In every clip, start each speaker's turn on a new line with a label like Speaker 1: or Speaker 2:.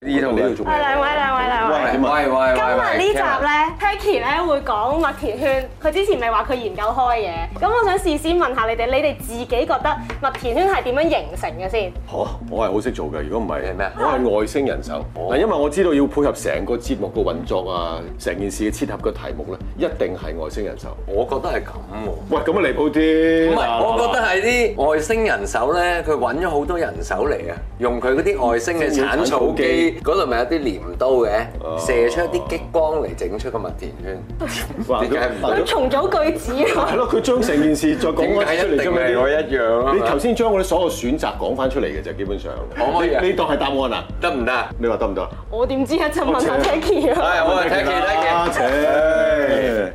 Speaker 1: 呢度呢度仲
Speaker 2: 係兩位兩位兩位。
Speaker 1: 喂喂喂，
Speaker 2: 今日呢集
Speaker 1: 咧，
Speaker 2: 咧，Peggy 咧會講麥田圈。佢之前咪話佢研究開嘅，咁我想事先問下你哋，你哋自己覺得麥田圈係點樣形成嘅先？
Speaker 3: 嚇！我係好識做嘅，如果唔係
Speaker 1: 係咩
Speaker 3: 我係外星人手。
Speaker 1: 哦
Speaker 3: 嗱，因為我知道要配合成個節目嘅運作啊，成件事嘅切合嘅題目咧，一定係外星人手。
Speaker 1: 我覺得係咁喎。
Speaker 3: 喂，咁啊離譜啲！
Speaker 1: 唔係，我覺得係啲外星人手咧，佢揾咗好多人手嚟啊，用佢嗰啲外星嘅鏟草機，嗰度咪有啲鐮刀嘅，射出一啲激光嚟整出個麥田圈。
Speaker 3: 啊哇
Speaker 1: 點解唔得
Speaker 2: 佢重組句子啊！
Speaker 3: 係咯，佢將成件事再講
Speaker 1: 點
Speaker 3: 翻
Speaker 1: 解
Speaker 3: 出
Speaker 1: 一
Speaker 3: 嚟
Speaker 1: 定
Speaker 3: 啫嘛
Speaker 1: 係我
Speaker 3: 啲。
Speaker 1: 一樣啊？
Speaker 3: 你頭先將我哋所有選擇講翻出嚟嘅啫，基本上。
Speaker 1: 可唔可以啊
Speaker 3: 你你當係答案啊？
Speaker 1: 得唔得啊？
Speaker 3: 你話得唔得啊？
Speaker 2: 我點知啊？就問下
Speaker 1: 係
Speaker 2: Peggy 啊！
Speaker 1: 我哋睇其他
Speaker 3: 啊切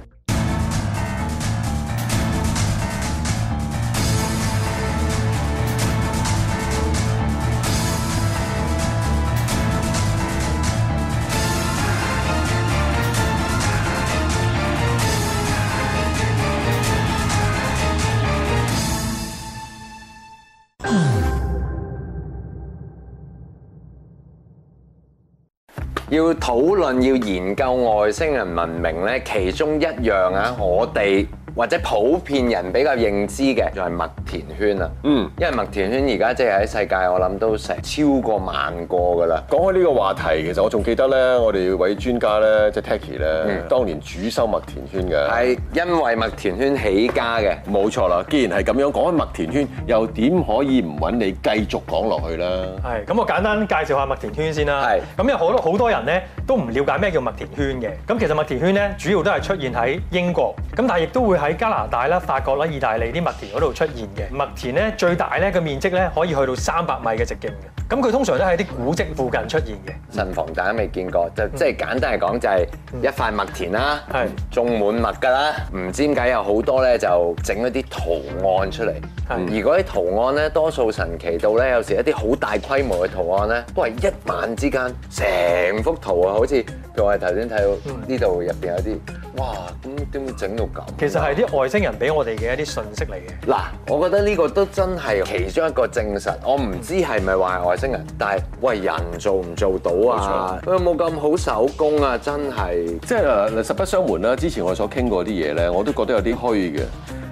Speaker 1: 要討論要研究外星人文明咧，其中一樣啊，我哋或者普遍人比較認知嘅就係麥田圈啦。
Speaker 3: 嗯，
Speaker 1: 因為麥田圈而家即係喺世界，我諗都成超過萬個㗎啦。
Speaker 3: 講開呢個話題，其實我仲記得咧，我哋位專家咧，即係 Tacky 咧，當年主修麥田圈嘅。
Speaker 1: 嗯係啊因為麥田圈起家嘅。
Speaker 3: 冇錯啦，既然係咁樣講緊麥田圈，又點可以唔揾你繼續講落去啦？
Speaker 4: 係，咁我簡單介紹下麥田圈先啦。
Speaker 1: 係
Speaker 4: 咁有好多好多人咧都唔了解咩叫麥田圈嘅。咁其實麥田圈咧主要都係出現喺英國，咁但係亦都會喺加拿大啦、法國啦、意大利啲麥田嗰度出現嘅。麥田咧最大咧個面積咧可以去到三百米嘅直徑嘅。咁佢通常都喺啲古蹟附近出現嘅。
Speaker 1: 新房大家未見過，就即係簡單嚟講就係一塊麥田啦
Speaker 4: 係，
Speaker 1: 種滿麥㗎啦。唔知點解有好多咧就整一啲圖案出嚟，而
Speaker 4: 係
Speaker 1: 嗰啲圖案咧多數神奇到咧，有時一啲好大規模嘅圖案咧，都係一晚之間成幅圖啊，好似譬如我哋頭先睇到呢度入邊有啲，哇咁點會整到咁？
Speaker 4: 其實係啲外星人俾我哋嘅一啲信息嚟嘅。
Speaker 1: 嗱，我覺得呢個都真係其中一個證實。我唔知係咪話外星人，但係喂人做唔做到啊？佢有冇咁好手工啊？真係
Speaker 3: 即係嗱，實不相瞞啦，之前我哋所傾過啲嘢咧，我都覺得有啲虛嘅。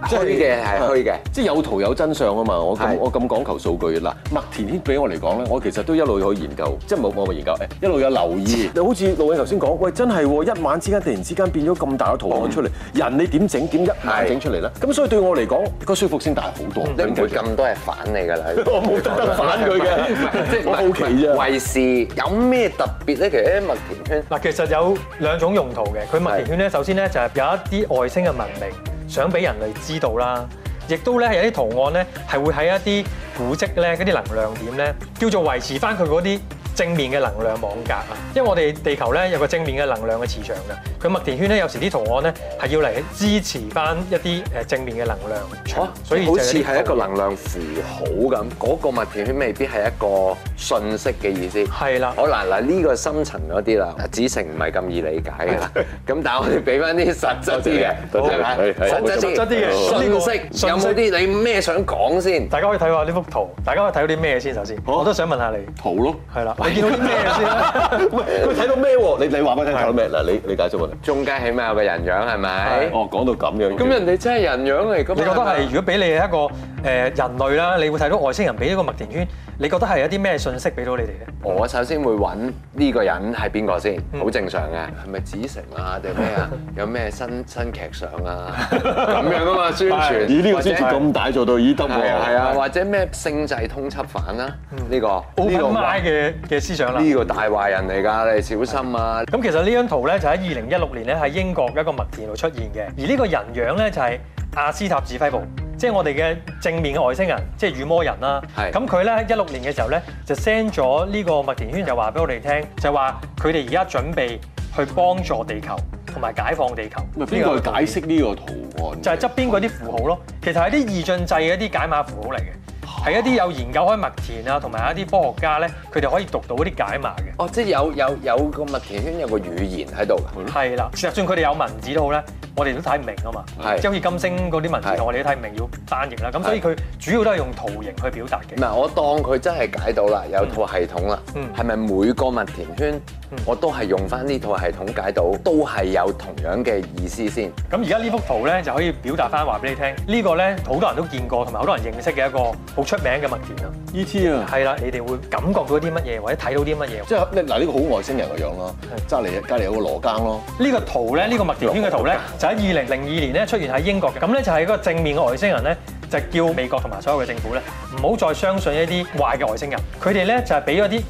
Speaker 1: 虛嘅係虛嘅，
Speaker 3: 即係有圖有真相啊嘛！我
Speaker 1: 係
Speaker 3: 咁我咁講求數據嗱，麥田圈俾我嚟講咧，我其實都一路去研究，即係冇冇研究，誒一路有留意。你好似老偉頭先講，喂真係喎，一晚之間突然之間變咗咁大嘅圖案出嚟，人你點整？點一晚整出嚟咧？咁所以對我嚟講，個說服性大好多。
Speaker 1: 你唔會咁多係反你㗎啦。
Speaker 3: 我冇特登反佢嘅，
Speaker 1: 即係唔
Speaker 3: 我好奇啫。
Speaker 1: 係為是有咩特別咧？其實麥田圈
Speaker 4: 嗱，其實有兩種用途嘅。佢麥田圈咧，首先咧就係有一啲外星嘅文明想俾人類知道啦，亦都咧有啲圖案咧係會喺一啲古蹟咧嗰啲能量點咧，叫做維持翻佢嗰啲正面嘅能量網格啊。因為我哋地球咧有個正面嘅能量嘅磁場嘅，佢麥田圈咧有時啲圖案咧係要嚟支持翻一啲誒正面嘅能量場，
Speaker 1: 哦，所以好似
Speaker 4: 就有啲
Speaker 1: 係一個
Speaker 4: 圖案
Speaker 1: 能量符號咁，嗰、個麥田圈未必係一個信息嘅意思。
Speaker 4: 係啦
Speaker 1: 好嗱嗱，呢個深層嗰啲啦，子成唔係咁易理解嘅。 咁但係我哋俾翻啲實質啲嘅，
Speaker 3: 多謝
Speaker 1: 係咪？
Speaker 3: 係係
Speaker 1: 實
Speaker 4: 實質
Speaker 1: 質
Speaker 4: 啲嘅呢
Speaker 1: 啲
Speaker 4: 個
Speaker 1: 信息
Speaker 4: 信息
Speaker 1: 有冇啲你咩想講先？
Speaker 4: 大家可以睇下呢幅圖，大家可以睇到啲咩先？首先，我都想問下你，
Speaker 3: 圖咯。
Speaker 4: 係啦，你見到啲咩先啦？
Speaker 3: 喂，佢睇到咩喎？你你話俾我聽睇到咩？嗱，你你解釋我哋。
Speaker 1: 中間起碼有個人樣係咪？
Speaker 3: 哦，講到咁樣。
Speaker 1: 咁人哋真係人樣嚟，咁
Speaker 4: 你覺得係如果俾你一個誒、呃人類啦，你會睇到外星人俾一個麥田圈，你覺得係有啲咩信息俾到你哋咧？
Speaker 1: 我首先會揾呢個人係邊個先，好正常嘅。係咪子成啊？定咩啊？有咩新新劇上啊？咁樣啊嘛，宣傳。
Speaker 3: 咦？呢個宣傳咁大做到已得喎。
Speaker 1: 係啊係啊，或者咩性制通緝犯啦？呢個
Speaker 4: 奧
Speaker 1: 呢
Speaker 4: 本
Speaker 1: 個
Speaker 4: 拉嘅嘅思想啦。
Speaker 1: 呢個大壞人嚟㗎，你小心啊！
Speaker 4: 咁其實呢張圖咧就喺二零一六年咧喺英國一個麥田度出現嘅，而呢個人樣咧就係阿斯塔指揮部，即係我哋嘅正面嘅外星人，即係預魔人啦。
Speaker 1: 係
Speaker 4: 咁佢咧喺一六年嘅時候咧就 send 咗呢個麥田圈就話俾我哋聽，就話佢哋而家準備去幫助地球同埋解放地球。
Speaker 3: 咪邊個去解釋呢個圖案？
Speaker 4: 就係側邊嗰啲符號咯。其實係啲二進制嘅一啲解碼
Speaker 1: 哦
Speaker 4: 符號嚟嘅，係一啲有研究開麥田啊，同埋一啲科學家咧，佢哋可以讀到嗰啲解碼嘅。
Speaker 1: 哦，即係有有有個麥田圈有個語言喺度㗎。
Speaker 4: 係啦，就算佢哋有文字都好咧，我哋都睇唔明啊嘛。
Speaker 1: 係
Speaker 4: 即係好似金星嗰啲文字
Speaker 1: 係
Speaker 4: 我哋都睇唔明，要翻譯啦。咁所以佢主要都係用圖形去表達
Speaker 1: 唔
Speaker 4: 嘅。
Speaker 1: 係，我當佢真係解到啦，有套系統啦
Speaker 4: 嗯，
Speaker 1: 係咪每個麥田圈
Speaker 4: 嗯
Speaker 1: 我都係用翻呢套系統解到，都係有同樣嘅意思先？
Speaker 4: 咁而家呢幅圖咧就可以表達翻話俾你聽，呢個咧好多人都見過，同埋好多人認識嘅一個好出名嘅物件啊。
Speaker 3: E.T.
Speaker 1: 嗯
Speaker 3: 啊，
Speaker 4: 係啦，你哋會感覺到啲乜嘢，或者睇到啲乜嘢？
Speaker 3: 即係嗱呢個好外星人嘅樣咯，揸嚟隔離有個羅庚咯，
Speaker 4: 呢個圖咧，呢個麥田圈嘅圖咧，就喺二零零二年咧出現喺英國嘅。咁咧就係一個正面嘅外星人咧，就叫美國同埋所有嘅政府咧，唔好再相信一啲壞嘅外星人。佢哋咧就係俾咗啲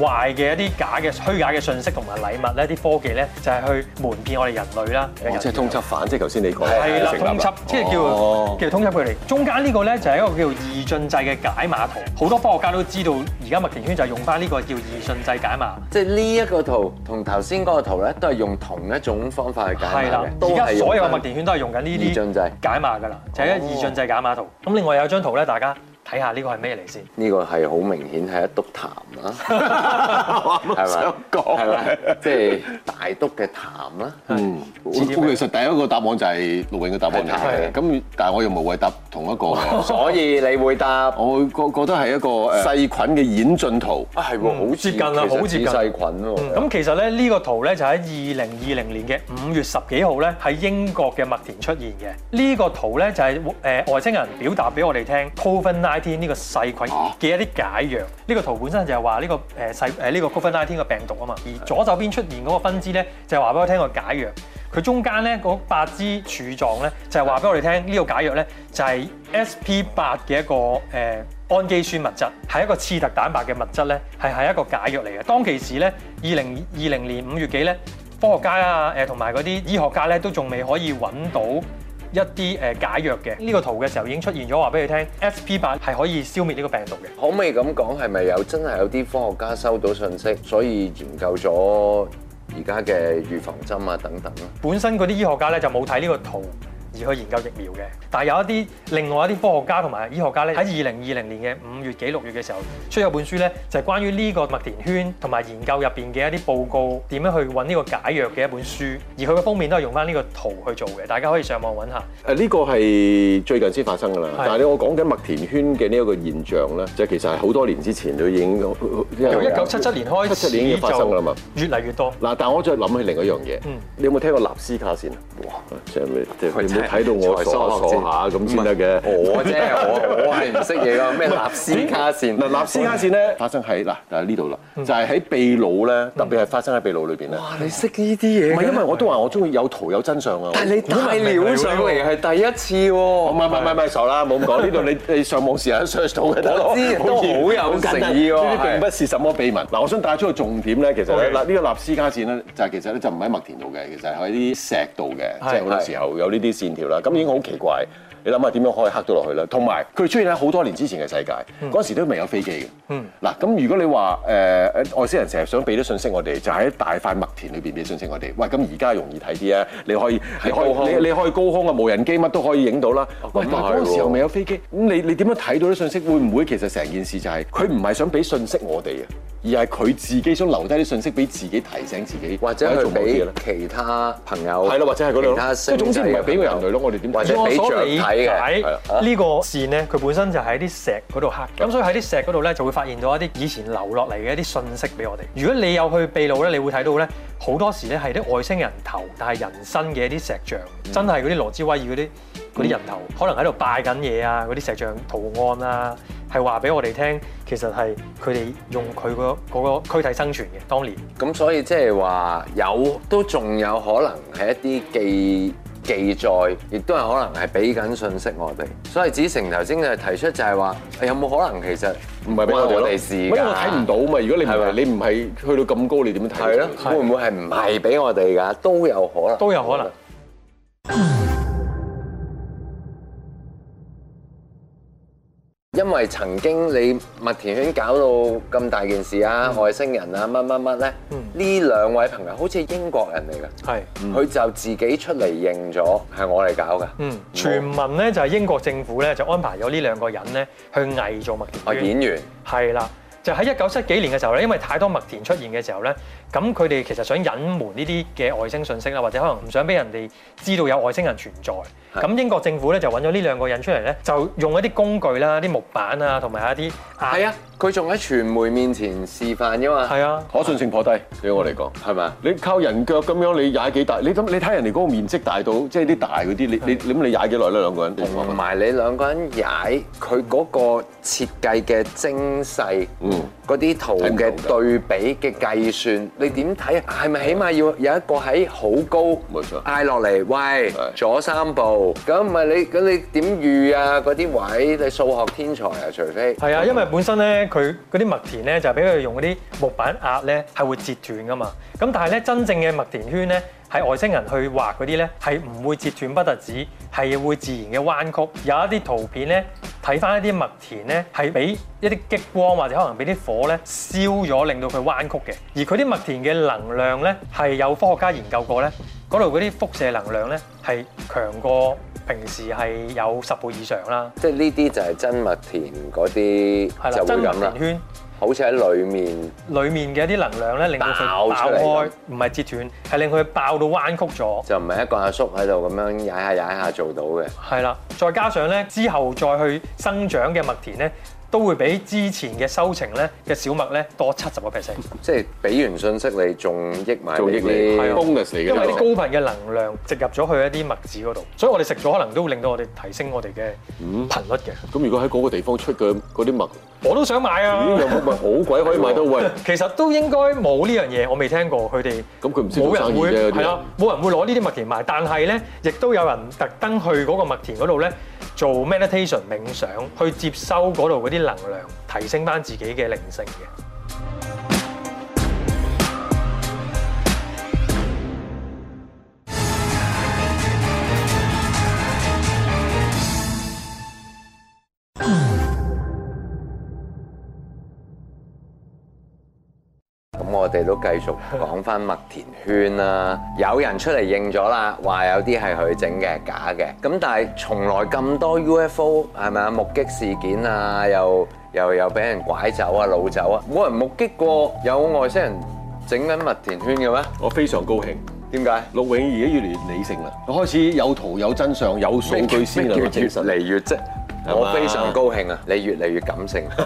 Speaker 4: 壞嘅一啲假嘅虛假嘅信息同埋禮物咧，啲科技咧就係去瞞騙我哋人類啦。
Speaker 3: 哦即係通緝犯，即係頭先你講
Speaker 4: 嗯係啦，
Speaker 3: 成立
Speaker 4: 通緝即係叫
Speaker 3: 哦
Speaker 4: 叫通緝佢哋。中間呢個咧就係一個叫二進制嘅解碼圖，好多科學家都知道，而家麥田圈就係用翻呢個叫二進制解碼。
Speaker 1: 即係呢一個圖同頭先嗰個圖咧，都係用同一種方法去解碼
Speaker 4: 係啦
Speaker 1: 嘅，，都
Speaker 4: 而家
Speaker 1: 係用
Speaker 4: 所有嘅
Speaker 1: 返
Speaker 4: 麥田圈都係用緊呢
Speaker 1: 二進
Speaker 4: 啲
Speaker 1: 制哦
Speaker 4: 解碼㗎啦，就係一二進制解碼圖。咁另外有張圖咧，大家睇下呢個係咩嚟先？
Speaker 1: 呢個係好明顯係一督痰啦，
Speaker 3: 我
Speaker 1: 係咪
Speaker 3: 想？講
Speaker 1: 係咪？即係大督嘅啊痰啦。
Speaker 3: 嗯，我其實第一個答案就係陸永嘅答案
Speaker 1: 係
Speaker 3: 嚟嘅，咁但係我又無謂答同一個 嘅，
Speaker 1: 所以你會答啊，
Speaker 3: 我會覺覺得係一個誒啊細菌嘅演進圖。
Speaker 1: 係
Speaker 4: 嗯
Speaker 1: 喎，好
Speaker 4: 接近啦
Speaker 1: 其實
Speaker 4: 好接近嗯
Speaker 1: 似細菌喎。
Speaker 4: 咁其實咧呢個圖咧就喺二零二零年嘅五月十幾號咧喺英國嘅麥田出現嘅。呢個圖咧就係誒外星人表達俾我哋聽 COVID-19 呢個細菌嘅一啲解藥。呢個圖本身就係話呢個誒細誒呢個 COVID-19 嘅病毒啊嘛，而左手邊出現嗰個分支咧就係話俾我聽個解藥。佢中間咧嗰八支柱狀咧，就係話俾我哋聽呢個解藥咧就係 SP 八嘅一個誒、呃氨基酸物質，係一個刺突蛋白嘅物質咧，係係一個解藥嚟嘅。當其時咧，二零二零年五月幾咧，科學家啊誒同埋嗰啲醫學家咧都仲未可以揾到。一啲誒解藥嘅呢、個圖嘅時候已經出現咗，話俾你聽，SP 八係可以消滅呢個病毒嘅。
Speaker 1: 可唔可以咁講？係咪有真係有啲科學家收到信息，所以研究咗而家嘅預防針啊等等啊？
Speaker 4: 本身嗰啲醫學家咧就冇睇呢個圖而去研究疫苗嘅，但係有一啲另外一啲科學家同埋醫學家咧喺二零二零年嘅五月幾六月嘅時候出咗本書咧，就係、關於呢個麥田圈同埋研究入邊嘅一啲報告點樣去揾呢個解藥嘅一本書，而佢嘅封面都係用翻呢個圖去做嘅，大家可以上網揾下。
Speaker 3: 誒呃呢個係最近先發生㗎啦，
Speaker 4: 係
Speaker 3: 但係咧我講緊麥田圈嘅呢一個現象咧，就其實係好多年之前都已經
Speaker 4: 由一九七七年開
Speaker 3: 七七年已
Speaker 4: 始
Speaker 3: 經發生㗎啦嘛
Speaker 4: 就。越嚟越多。
Speaker 3: 嗱，但我再諗起另一樣嘢，
Speaker 4: 嗯
Speaker 3: 你有冇聽過納斯卡線啊？哇！即係咪即係你冇睇到
Speaker 1: 財
Speaker 3: 我傻
Speaker 1: 商學
Speaker 3: 下傻下咁先得嘅。
Speaker 1: 我 啫，我我係唔識嘢㗎，咩納斯卡線？嗯
Speaker 3: 嗱，納斯卡線咧發生喺嗱，就係呢度啦，就係喺秘魯咧，特別係發生喺秘魯裏邊咧。
Speaker 1: 哇！你識呢啲嘢
Speaker 3: 唔
Speaker 1: 㗎
Speaker 3: 係因為我都話我中意有圖有真相啊。
Speaker 1: 但係你帶料上嚟係第一次
Speaker 3: 唔
Speaker 1: 喎，
Speaker 3: 係唔係唔係唔係傻啦，冇咁講。呢度你你上網時下 search 到嘅，大佬
Speaker 1: 我知都好有
Speaker 3: 好簡
Speaker 1: 誠
Speaker 3: 單
Speaker 1: 意喎
Speaker 3: 呢啲
Speaker 1: 係
Speaker 3: 並不是什麼秘密。嗱，我想帶出個重點咧，其實咧
Speaker 4: OK
Speaker 3: 嗱，呢個納斯卡線咧，就係其實咧就唔喺麥田度嘅，其實係喺啲石度嘅，
Speaker 4: 係
Speaker 3: 即係好多
Speaker 1: 係
Speaker 3: 時候有呢啲線條啦。咁已經好奇怪，你諗下點樣可以黑到落去啦？同埋佢出現喺好多年之前嘅世界，嗰陣時都未有飛機嘅。嗱，咁如果你話誒誒外星人成日想俾啲信息我哋，就喺大塊麥田裏邊俾信息我哋。喂，咁而家容易睇啲啊，你可以你可
Speaker 1: 高空
Speaker 3: 以你你可以高空啊，無人機乜都可以影到啦。喂，
Speaker 1: 咁
Speaker 3: 但係嗰
Speaker 1: 係
Speaker 3: 陣時候
Speaker 1: 喎
Speaker 3: 未有飛機，咁你你點樣睇到啲信息？會唔會其實成件事就係佢唔係想俾信息我哋啊，而係佢自己想留低啲信息俾自己提醒自己，
Speaker 1: 或者
Speaker 3: 做
Speaker 1: 佢
Speaker 3: 某啲嘢
Speaker 1: 俾
Speaker 3: 咧。
Speaker 1: 其他朋友
Speaker 3: 係啦，或者係嗰
Speaker 1: 其
Speaker 3: 度
Speaker 1: 他
Speaker 3: 咯，即係總之唔係俾個人類咯，我哋點
Speaker 1: 或
Speaker 3: 睇
Speaker 1: 者
Speaker 4: 以我
Speaker 1: 俾
Speaker 4: 所
Speaker 1: 象
Speaker 4: 理
Speaker 1: 睇
Speaker 4: 解
Speaker 1: 嘅
Speaker 4: 呢個線咧，佢本身就喺啲石嗰度刻啊嘅，咁所以喺啲石嗰度咧就會發現到一啲以前留落嚟嘅一啲信息俾我哋。如果你有去秘魯咧，你會睇到咧好多時咧係啲外星人頭，但係人身嘅一啲石像，真係嗰啲羅斯威爾嗰啲嗰啲人頭，可能喺度拜緊嘢啊，嗰啲石像圖案啊，係話俾我哋聽，其實係佢哋用佢個嗰個軀體生存嘅當年。
Speaker 1: 咁所以即係話有都仲有可能係一啲記記載，亦都係可能係俾緊信息我哋。所以子成頭先就提出就係話，有冇可能其實
Speaker 3: 唔係俾我哋
Speaker 1: 關
Speaker 3: 咯
Speaker 1: 哋事
Speaker 3: 因
Speaker 1: 㗎？
Speaker 3: 為我睇唔到啊嘛。如果你唔係
Speaker 1: 係咪
Speaker 3: 你唔係去到咁高，你點樣睇？
Speaker 1: 係咯，會唔會係唔係俾我哋㗎？都有可能，
Speaker 4: 都有可能。
Speaker 1: 因為曾經你麥田圈搞到咁大件事啊，外星人啊，乜乜乜咧，
Speaker 4: 嗯
Speaker 1: 呢兩位朋友好似英國人嚟㗎，
Speaker 4: 係。
Speaker 1: 佢就自己出嚟認咗係我哋搞㗎。
Speaker 4: 嗯，傳聞咧就係英國政府咧就安排咗呢兩個人咧去偽造麥
Speaker 1: 我哦
Speaker 4: 田圈。
Speaker 1: 演員
Speaker 4: 係啦，就喺一九七幾年嘅時候咧，因為太多麥田出現嘅時候咧，咁佢哋其實想隱瞞呢啲嘅外星信息啦，或者可能唔想俾人哋知道有外星人存在。咁英國政府咧就揾咗呢兩個人出嚟咧，就用一啲工具啦、啲木板啊，同埋一啲
Speaker 1: 係啊，佢仲喺傳媒面前示範啫嘛，
Speaker 4: 係啊，
Speaker 3: 可信性頗低，對我嚟講。
Speaker 1: 係咪啊？
Speaker 3: 你靠人腳咁樣，你踩幾大？你咁你睇人哋嗰個面積大到，即係啲大嗰啲，你你你咁你踩幾耐咧？兩個人
Speaker 1: 同埋你兩個人踩，佢嗰個設計嘅精細，
Speaker 3: 嗯
Speaker 1: 嗰啲圖
Speaker 3: 睇唔
Speaker 1: 嘅
Speaker 3: 到
Speaker 1: 對比嘅計算，你點睇？係咪起碼要有一個喺好高
Speaker 3: 冇錯
Speaker 1: 嗌落嚟，喂
Speaker 3: 係
Speaker 1: 左三步，咁唔係你咁你點預啊？嗰啲位你數學天才啊，除非
Speaker 4: 係啊，因為本身咧佢嗰啲麥田咧就係俾佢用嗰啲木板壓咧係會折斷噶嘛。咁但係咧真正嘅麥田圈咧係外星人去畫嗰啲咧係唔會折斷不特止，係會自然嘅彎曲。有一啲圖片咧睇翻一啲麥田咧係俾一啲激光或者可能俾啲火咧燒咗，令到佢彎曲嘅。而佢啲麥田嘅能量咧係有科學家研究過咧，嗰度嗰啲輻射能量咧係強過平時係有十倍以上啦。
Speaker 1: 即係呢啲就係真麥田嗰
Speaker 4: 係
Speaker 1: 啲
Speaker 4: 啦，
Speaker 1: 就
Speaker 4: 真
Speaker 1: 會
Speaker 4: 麥
Speaker 1: 咁啦
Speaker 4: 田，圈。
Speaker 1: 好似喺裡面。
Speaker 4: 裡面嘅一啲能量咧，令到佢
Speaker 1: 爆
Speaker 4: 爆
Speaker 1: 出嚟
Speaker 4: 開
Speaker 1: 咁，
Speaker 4: 唔係折斷，係令佢爆到彎曲咗。
Speaker 1: 就唔係一個阿叔喺度咁樣踩下踩下做到嘅。
Speaker 4: 係啦，再加上咧之後再去生長嘅麥田咧，都會比之前嘅收成咧嘅小麥咧多七十個 percent，
Speaker 1: 即係俾完信息你仲益埋
Speaker 3: 做益
Speaker 1: 你
Speaker 3: 你
Speaker 1: 啲
Speaker 4: 係啊
Speaker 3: bonus 嚟嘅
Speaker 4: 因為
Speaker 3: 呢個。
Speaker 4: 啲高頻嘅能量植入咗去一啲麥子嗰度，所以我哋食咗可能都會令到我哋提升我哋嘅頻率嘅。
Speaker 3: 咁如果喺嗰個地方出嘅嗰啲麥，
Speaker 4: 我都想買啊！
Speaker 3: 咦有冇咪好鬼可以買到喂？
Speaker 4: 其實都應該冇呢樣嘢，我未聽過佢哋。
Speaker 3: 咁佢唔識
Speaker 4: 冇
Speaker 3: 做生
Speaker 4: 人
Speaker 3: 意啫
Speaker 4: 會
Speaker 3: 嗰啲
Speaker 4: 係
Speaker 3: 人
Speaker 4: 啦。，冇人會攞呢啲麥田賣，但係咧，亦都有人特登去嗰個麥田嗰度咧做 meditation 冥想，去接收嗰度嗰啲能量，提升翻自己嘅靈性 嘅。
Speaker 1: 咁我哋都繼續講翻麥田圈啦。有人出嚟認咗啦，話有啲係佢整嘅假嘅。咁但係從來咁多 UFO 係咪啊目擊事件啊，又又又俾人拐走啊、老走啊，冇人目擊過有外星人整緊麥田圈嘅咩？
Speaker 3: 我非常高興。
Speaker 1: 點解？
Speaker 3: 陸永而家越嚟越理性啦，佢開始有圖有真相有數據先啦
Speaker 1: 咩。叫
Speaker 3: 其
Speaker 1: 越
Speaker 3: 實
Speaker 1: 嚟越即。
Speaker 3: 係嘛
Speaker 1: 我非常高興啊！你越嚟越感性，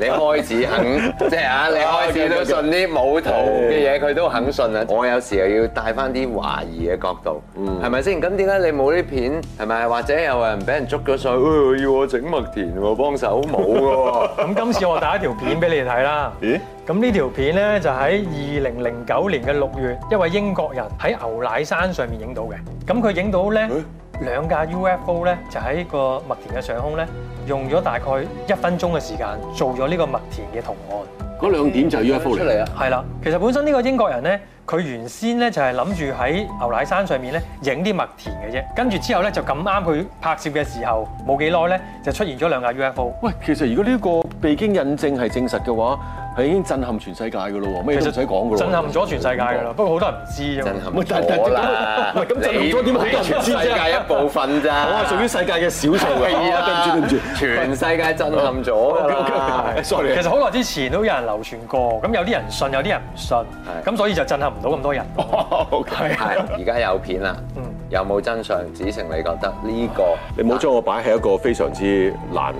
Speaker 1: 你開始肯即係啊！你開始都信啲冇圖嘅嘢，佢都肯信
Speaker 3: 嗯
Speaker 1: 啊！我有時又要帶翻啲懷疑嘅角度，係咪先？咁點解你冇啲片？係咪或者有人俾人捉咗 上去？哎要我整麥田喎，幫手冇嘅 喎。
Speaker 4: 咁今次我帶一條片俾你哋睇啦。
Speaker 3: 咦？
Speaker 4: 咁呢條片咧就喺二零零九年嘅六月，一位英國人喺牛奶山上面影到嘅。咁佢影到咧兩架 UFO 咧就喺個麥田嘅上空咧，用咗大概一分鐘嘅時間做咗呢個麥田嘅圖案。
Speaker 3: 嗰兩點就係 UFO
Speaker 1: 出
Speaker 3: 嚟
Speaker 1: 嚟啊！
Speaker 4: 係啦，其實本身呢個英國人咧，佢原先咧就係諗住喺牛奶山上面咧影啲麥田嘅啫，跟住之後咧就咁啱佢拍攝嘅時候冇幾耐咧就出現咗兩架 UFO。
Speaker 3: 喂，其實如果呢個被經印證係證實嘅話，係已經震撼全世界嘅咯喎，咩
Speaker 4: 其
Speaker 3: 都唔
Speaker 4: 實
Speaker 3: 使講嘅咯。
Speaker 4: 震撼咗全世界㗎啦，不過好多人唔知啫嘛
Speaker 1: 震。撼
Speaker 3: 喂但但
Speaker 1: 咗啦！
Speaker 3: 喂咁震撼咗點
Speaker 1: 你
Speaker 3: 會有人知啫
Speaker 1: 全世界一部分咋？
Speaker 3: 我係哦屬於世界嘅少 數嘅。
Speaker 1: 係啊，
Speaker 3: 對唔住對唔住。 哦
Speaker 1: 全世界震撼咗㗎啦
Speaker 3: OK，OK，sorry。
Speaker 4: 其實好耐之前都有人流傳過，咁有啲人信，有啲人唔信，咁所以就震撼唔到咁多人。
Speaker 3: 哦
Speaker 4: 啊
Speaker 3: OK，
Speaker 1: 係，而家有片啦
Speaker 4: 嗯，
Speaker 1: 有冇真相？子成，你覺得呢個
Speaker 3: 你唔好將我擺喺一個非常之難，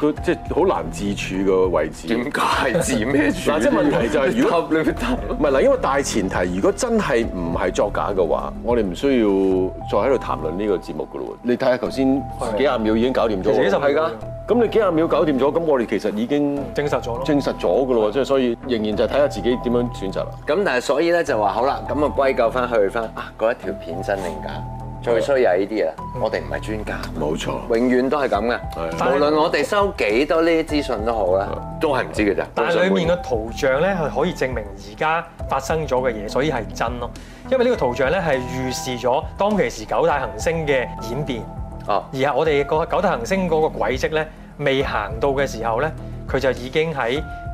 Speaker 3: 都即係好難自處嘅位置。
Speaker 1: 點解字 咩處？
Speaker 3: 嗱即係問題就係如果
Speaker 1: 你咪答
Speaker 3: 唔係嗱，因為大前提，如果真係唔係作假嘅話，我哋唔需要再喺度談論呢個節目噶咯喎。你睇下頭先幾廿秒已經搞掂咗
Speaker 4: 其實
Speaker 3: 喎，
Speaker 4: 幾十秒
Speaker 3: 係㗎。咁你幾廿秒搞掂咗，咁我哋其實已經
Speaker 4: 證實咗咯。
Speaker 3: 證實咗噶咯喎，即係所以仍然就係睇下自己點樣選擇啦。
Speaker 1: 咁但係所以咧就話好啦，咁啊歸咎翻去翻啊嗰一條片真定假？ 最衰就係呢啲啦，啊我哋唔係專家，
Speaker 3: 冇錯
Speaker 1: 永遠都係咁嘅。
Speaker 3: 係
Speaker 1: 無論我哋收幾多呢啲資訊都好啦，都係唔知嘅咋。
Speaker 4: 但係裡面嘅圖像咧係可以證明而家發生咗嘅嘢，所以係真咯。因為呢個圖像咧係預示咗當其時九大行星嘅演變，
Speaker 1: 哦，
Speaker 4: 而係我哋個九大行星嗰個軌跡咧未行到嘅時候咧，佢就已經喺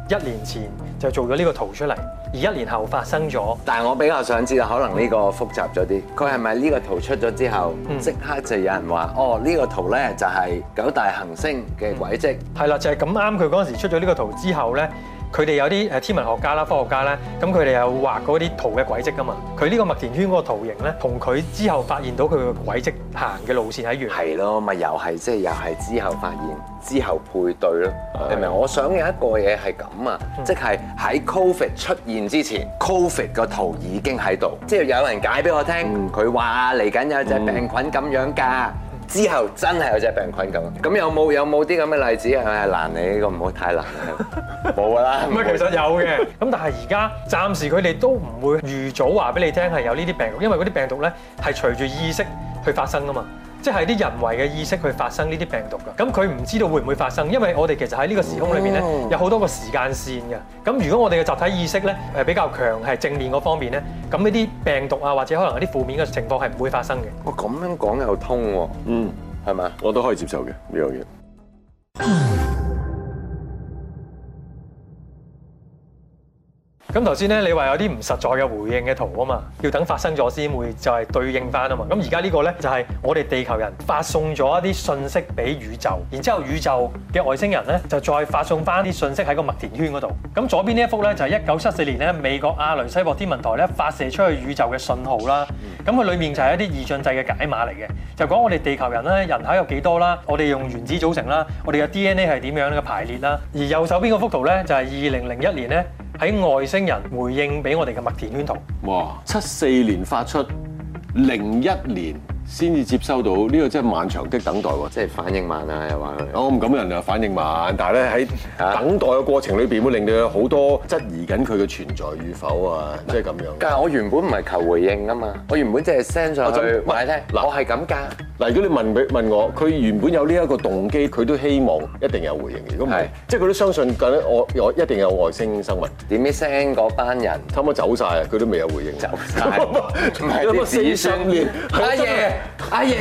Speaker 4: 一年前就做咗呢個圖出嚟，而一年後發生咗。
Speaker 1: 但係我比較想知道，可能呢個複雜咗啲。佢係咪呢個圖出咗之後，即刻就有人話：哦，呢個圖咧就係九大行星嘅軌跡。
Speaker 4: 係啦，就係咁啱佢嗰陣時出咗呢個圖之後咧，佢哋有啲呃誒天文學家啦、科學家咧，咁佢哋又畫嗰啲圖嘅軌跡噶嘛。佢呢個麥田圈嗰個圖形咧，同佢之後發現到佢嘅軌跡行嘅路線係一樣。
Speaker 1: 係咯，咪又係即係又係之後發現，之後配對咯，明唔明？我想有一個嘢係咁啊，
Speaker 4: 嗯
Speaker 1: 即係喺 Covid 出現之前，Covid 個圖已經喺度，即係有人解俾我
Speaker 4: 嗯
Speaker 1: 聽，佢話嚟緊有隻病菌咁樣㗎。之後真係有隻病菌咁，咁有冇有冇啲咁嘅例子係咪難你呢個唔好太 難啊，冇㗎啦。
Speaker 4: 唔係，其實有嘅。咁但係而家暫時佢哋都唔會預早話俾你聽係有呢啲病毒，因為嗰啲病毒咧係隨住意識去發生噶嘛。即係啲人為嘅意識去發生呢啲病毒㗎，咁佢唔知道會唔會發生，因為我哋其實喺呢個時空裏面咧，有好多個時間線嘅。咁如果我哋嘅集體意識咧誒比較強係正面嗰方面咧，咁呢啲病毒啊或者可能有啲負面嘅情況係唔會發生嘅。
Speaker 1: 我哦咁樣講又通喎，
Speaker 3: 嗯，
Speaker 1: 係咪啊？
Speaker 3: 我都可以接受嘅呢樣嘢。
Speaker 4: 咁頭先咧，你話有啲唔實在嘅回應嘅圖啊嘛，要等發生咗先會就係對應翻啊嘛。咁而家呢個咧就係我哋地球人發送咗一啲信息俾宇宙，然之後宇宙嘅外星人咧就再發送翻啲信息喺個麥田圈嗰度。咁左邊呢一幅咧就係一九七四年咧美國阿雷西博天文台咧發射出去宇宙嘅信號啦。咁佢裡面就係一啲二進制嘅解碼嚟嘅，就講我哋地球人咧人口有幾多啦，我哋用原子組成啦，我哋嘅 DNA 係點樣嘅排列啦。而右手邊嗰幅圖咧就係二零零一年咧。喺外星人回應俾我哋嘅麥田圈圖，
Speaker 3: 哇！七四年發出，零一年先至接收到，呢個真係漫長的等待喎。
Speaker 1: 即係反應慢啊，又話佢。
Speaker 3: 我唔敢人啊，反應慢，但係咧喺等待嘅過程裏邊，會令到有好多質疑緊佢嘅存在與否啊，即係咁樣。
Speaker 1: 但係我原本唔係求回應啊嘛，我原本即係 send 上
Speaker 3: 我
Speaker 1: 去
Speaker 3: 就
Speaker 1: 話你聽，
Speaker 3: 嗱
Speaker 1: 我係咁㗎。
Speaker 3: 嗱，如果你問佢問我，佢原本有呢一個動機，佢都希望一定有回應嘅。如果唔係
Speaker 1: 係，
Speaker 3: 即係佢都相信緊我，我一定有外星生物。
Speaker 1: 點知 send 嗰班人
Speaker 3: 差唔多走晒啊，佢都未有回應。
Speaker 1: 走晒， 唔係
Speaker 3: 有個
Speaker 1: 啲子
Speaker 3: 40年
Speaker 1: 孫。阿爺，阿爺，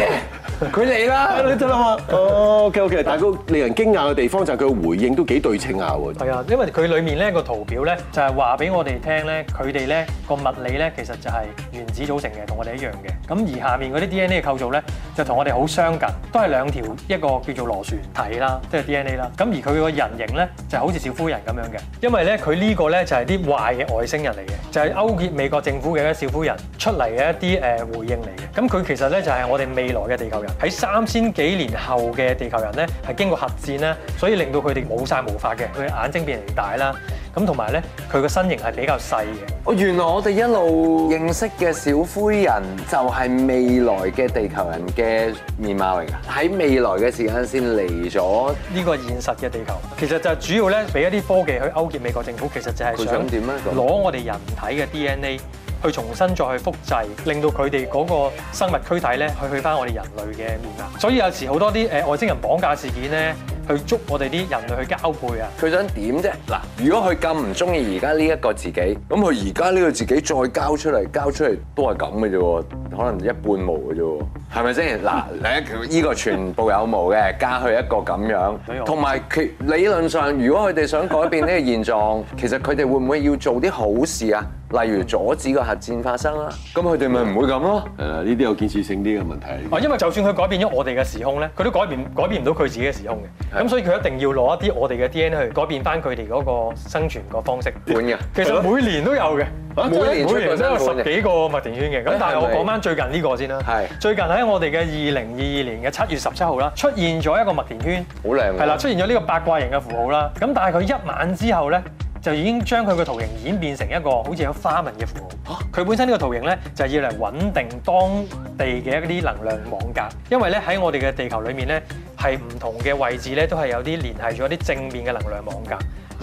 Speaker 1: 佢嚟啦！
Speaker 3: 啊你得啦嘛？哦，OK OK，但係個令人驚訝嘅地方就係佢嘅回應都幾對稱下喎。
Speaker 4: 係啊，因為佢裡面咧個圖表咧就係話俾我哋聽咧，佢哋咧個物理咧其實就係原子組成嘅，同我哋一樣嘅。咁而下面嗰啲 DNA 嘅構造咧就同我哋好相近，都係兩條一個叫做螺旋體啦，即係 DNA 啦。咁而佢個人形咧就好似小夫人咁樣嘅，因為咧佢呢個咧就係啲壞嘅外星人嚟嘅，就係勾結美國政府嘅一啲小夫人出嚟嘅一啲誒回應嚟嘅。咁佢其實咧就係我哋未來嘅地球人，喺三千幾年後嘅地球人咧係經過核戰啦，所以令到佢哋冇晒毛髮嘅，佢眼睛變嚟大啦，咁同埋咧佢個身形係比較細嘅。
Speaker 1: 我原來我哋一路認識嘅小灰人就係未來嘅地球人嘅面貌嚟㗎，喺未來嘅時間線嚟咗，
Speaker 4: 呢個現實嘅地球，其實就係主要咧俾一啲科技去勾結美國政府，其實就係
Speaker 1: 佢
Speaker 4: 想
Speaker 1: 想點咧咁
Speaker 4: 攞我哋人體嘅 DNA 去重新再去複製，令到佢哋嗰個生物軀體咧去去翻我哋人類嘅面貌。所以有時好多啲誒外星人綁架事件咧，去捉我哋啲人類去交配啊。
Speaker 1: 佢想點啫？嗱，如果佢咁唔中意而家呢一個自己，咁佢而家呢個自己再交出嚟，交出嚟都係咁嘅啫喎，可能一半毛嘅啫喎，係咪先？嗱，你呢個全部有毛嘅，加佢一個咁
Speaker 4: 啊
Speaker 1: 樣，同埋其理論上，如果佢哋想改變呢個現狀， 其實佢哋會唔會要做啲好事啊？例如阻止個核戰發生啦，咁佢哋咪唔會咁咯。
Speaker 3: 誒，呢啲有建設性啲嘅問題。
Speaker 4: 啊，因為就算佢改變咗我哋嘅時空咧，佢都改變改變唔到佢自己嘅時空嘅。咁所以佢一定要攞一啲我哋嘅 DNA 去改變翻佢哋嗰個生存個方式。
Speaker 1: 本嘅
Speaker 4: 其實每年都有嘅，
Speaker 1: 啊真係
Speaker 4: 每
Speaker 1: 每年
Speaker 4: 年
Speaker 1: 出
Speaker 4: 都有
Speaker 1: 過新
Speaker 4: 十
Speaker 1: 款嘅
Speaker 4: 幾個麥田圈嘅。咁
Speaker 1: 誒
Speaker 4: 但係我
Speaker 1: 係咪
Speaker 4: 講翻最近呢個先啦。
Speaker 1: 係
Speaker 4: 最近喺我哋嘅二零二二年嘅七月十七號啦，出現咗一個麥田圈，
Speaker 1: 好靚啊喎
Speaker 4: 係啦，出現咗呢個八卦形嘅符號啦。咁但係佢一晚之後咧。就已經將佢個圖形演變成一個好似有花紋嘅符
Speaker 1: 哦
Speaker 4: 號。佢本身呢個圖形咧就係要嚟穩定當地嘅一啲能量網格，因為咧喺我哋嘅地球裏面咧係唔同嘅位置咧都係有啲聯繫咗一啲正面嘅能量網格，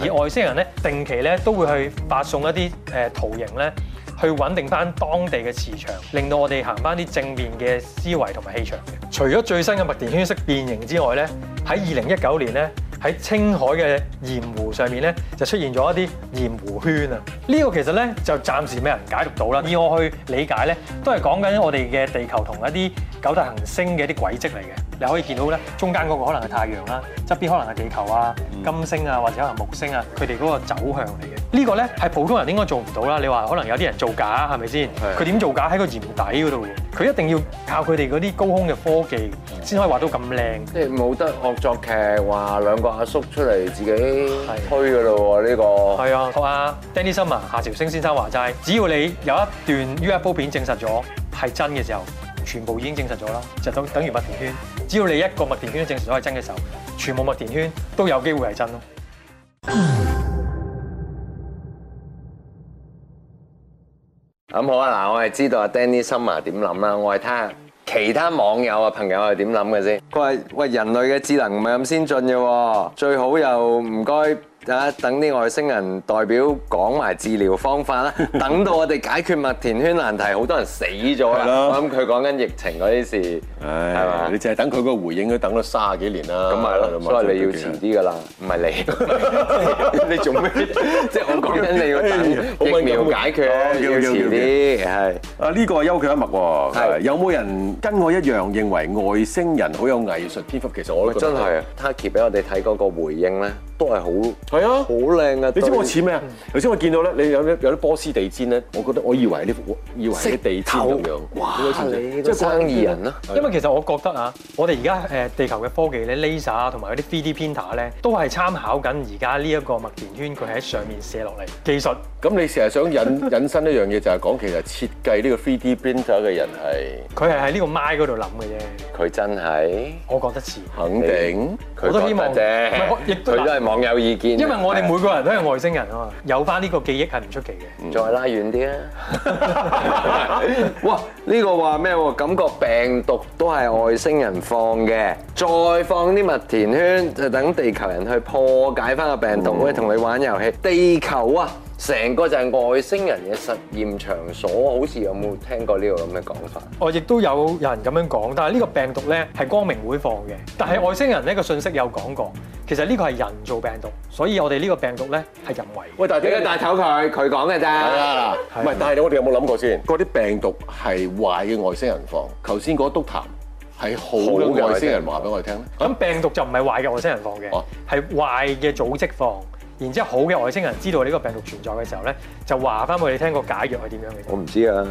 Speaker 4: 而外星人咧定期咧都會去發送一啲誒圖形咧。去穩定翻當地嘅磁場，令到我哋行翻啲正面嘅思維同埋氣場嘅。除咗最新嘅麥田圈式變形之外咧，喺二零一九年咧喺青海嘅鹽湖上面咧就出現咗一啲鹽湖圈啊！呢、個其實咧就暫時未有人解讀到啦。以我去理解咧，都係講緊我哋嘅地球同一啲九大行星嘅一啲軌跡嚟嘅。你可以見到咧，中間嗰個可能係太陽啦，側邊可能係地球啊、金星啊，或者可能木星啊，佢哋嗰個走向嚟嘅。呢個咧係普通人應該做唔到啦。你話可能有啲人造假係咪先？
Speaker 3: 係
Speaker 4: 佢點造假喺個鹽底嗰度嘅？佢一定要靠佢哋嗰啲高空嘅科技先可以畫到咁靚。
Speaker 1: 即係冇得惡作劇話兩個阿叔出嚟自己
Speaker 4: 係
Speaker 1: 推噶咯喎呢個。
Speaker 4: 係啊，學阿 Danny Summer 夏朝星先生話齋，只要你有一段 UFO 片證實咗係真嘅時候，全部已經證實咗啦，就等等於麥田圈。只要你一個麥田圈都證實咗係真嘅時候，全部麥田圈都有機會係真咯。
Speaker 1: 咁好啊！嗱，我係知道阿 Danny Summer 點諗啦，我係睇下其他網友啊朋友係點諗嘅先。佢話：喂，人類嘅智能唔係咁先進嘅喎，最好又唔該啊，等啲外星人代表講埋治療方法 啦。等到我哋解決麥田圈難題，好多人死咗
Speaker 3: 係啦
Speaker 1: 啦。我諗佢講緊疫情嗰啲事，係
Speaker 3: 唉，你
Speaker 1: 嘛？
Speaker 3: 淨係等佢個回應都等咗卅幾年啦。啊
Speaker 1: 咁咪係咯，所以你要遲啲噶啦，唔 係你，你做咩？即係我講緊你要等疫苗解決，要遲啲係。
Speaker 3: 啊！呢個係優缺一脈喎，啊
Speaker 1: 係
Speaker 3: 有冇人跟我一樣認為外星人好有藝術天賦？其實我
Speaker 1: 喂
Speaker 3: 都覺得
Speaker 1: 真係啊！Taki 俾我哋睇嗰個回應咧，都係好
Speaker 3: 係啊
Speaker 1: 好！靚啊！
Speaker 3: 你知唔知我似咩啊？頭先我見到咧，你有啲有啲波斯地氈咧，我覺得我以為係呢幅，以為係啲地氈咁樣。
Speaker 1: 哇！
Speaker 3: 你知唔知
Speaker 1: 你
Speaker 3: 即
Speaker 1: 即
Speaker 3: 係
Speaker 1: 係生意人啦，
Speaker 4: 因為其實我覺得啊，我哋而家誒地球嘅科技咧，laser 啊同埋嗰啲 3D printer 咧，都係參考緊而家呢一個麥田圈佢喺上面射落嚟技術。
Speaker 3: 咁你成日 想引引申一樣嘢，就係講其實設計呢個 3D printer 嘅人係
Speaker 4: 佢係喺呢個 my 嗰度諗嘅啫，
Speaker 1: 佢真係
Speaker 4: 我覺得似。
Speaker 3: 肯定。
Speaker 1: 佢
Speaker 4: 我都希
Speaker 1: 覺
Speaker 4: 望
Speaker 1: 得
Speaker 4: 唔係我亦
Speaker 1: 啫，
Speaker 4: 都
Speaker 1: 佢都係網友意見。
Speaker 4: 因為我哋每個人都係外星人啊嘛，有翻呢個記憶係唔出奇嘅。
Speaker 1: 每再拉遠啲啊！ 哇！呢個話咩喎？感覺病毒都係外星人放嘅，再放啲麥田圈，就等地球人去破解翻個病毒，喂，同你玩遊戲。地球啊，成個就係外星人嘅實驗場所，好似有冇聽過呢個咁嘅講法？
Speaker 4: 我哦亦都有有人咁樣講，但係呢個病毒呢係光明會放嘅，但
Speaker 3: 嗯
Speaker 4: 係外星人呢個信息有講過，其實呢個係人造病毒，所以我哋呢個病毒呢係人為嘅。
Speaker 3: 喂，但係
Speaker 1: 你
Speaker 3: 點
Speaker 1: 個
Speaker 3: 解
Speaker 1: 大頭佢，佢講嘅
Speaker 3: 係
Speaker 1: 咋？
Speaker 3: 啊，
Speaker 4: 係
Speaker 3: 唔係，但係我哋有冇諗過先？嗰啲病毒係壞嘅外星人放，頭先嗰督痰係好
Speaker 1: 好
Speaker 3: 嘅
Speaker 1: 嘅
Speaker 3: 外星人話俾我哋聽咧。
Speaker 4: 咁病毒就唔係壞嘅外星人放嘅
Speaker 3: 哦，
Speaker 4: 係壞嘅組織放。然之後好嘅外星人知道呢個病毒存在嘅時候呢，就話翻俾你聽個解藥係點樣嘅啫。
Speaker 1: 我唔知啊，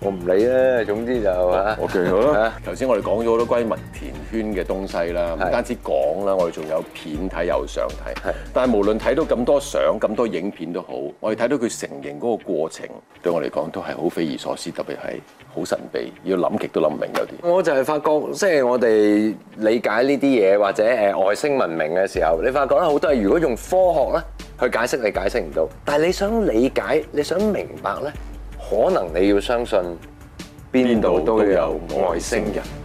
Speaker 1: 我唔理啦。總之就啊，
Speaker 3: 我記好 啦。頭先我哋講咗好多關於麥田圈嘅東西啦，唔
Speaker 1: 係
Speaker 3: 單止講啦，我哋仲有片睇有相睇
Speaker 1: 係。
Speaker 3: 但係無論睇到咁多相、咁多影片都好，我哋睇到佢成形嗰個過程，對我嚟講都係好匪夷所思，特別係好神秘，要諗極都諗唔明有啲。
Speaker 1: 我就係發覺，即係我哋理解呢啲嘢或者誒外星文明嘅時候，你發覺咧好多嘢，如果用科學咧去解釋，你解釋唔到。但係你想理解、你想明白咧，可能你要相信邊度都有外星人。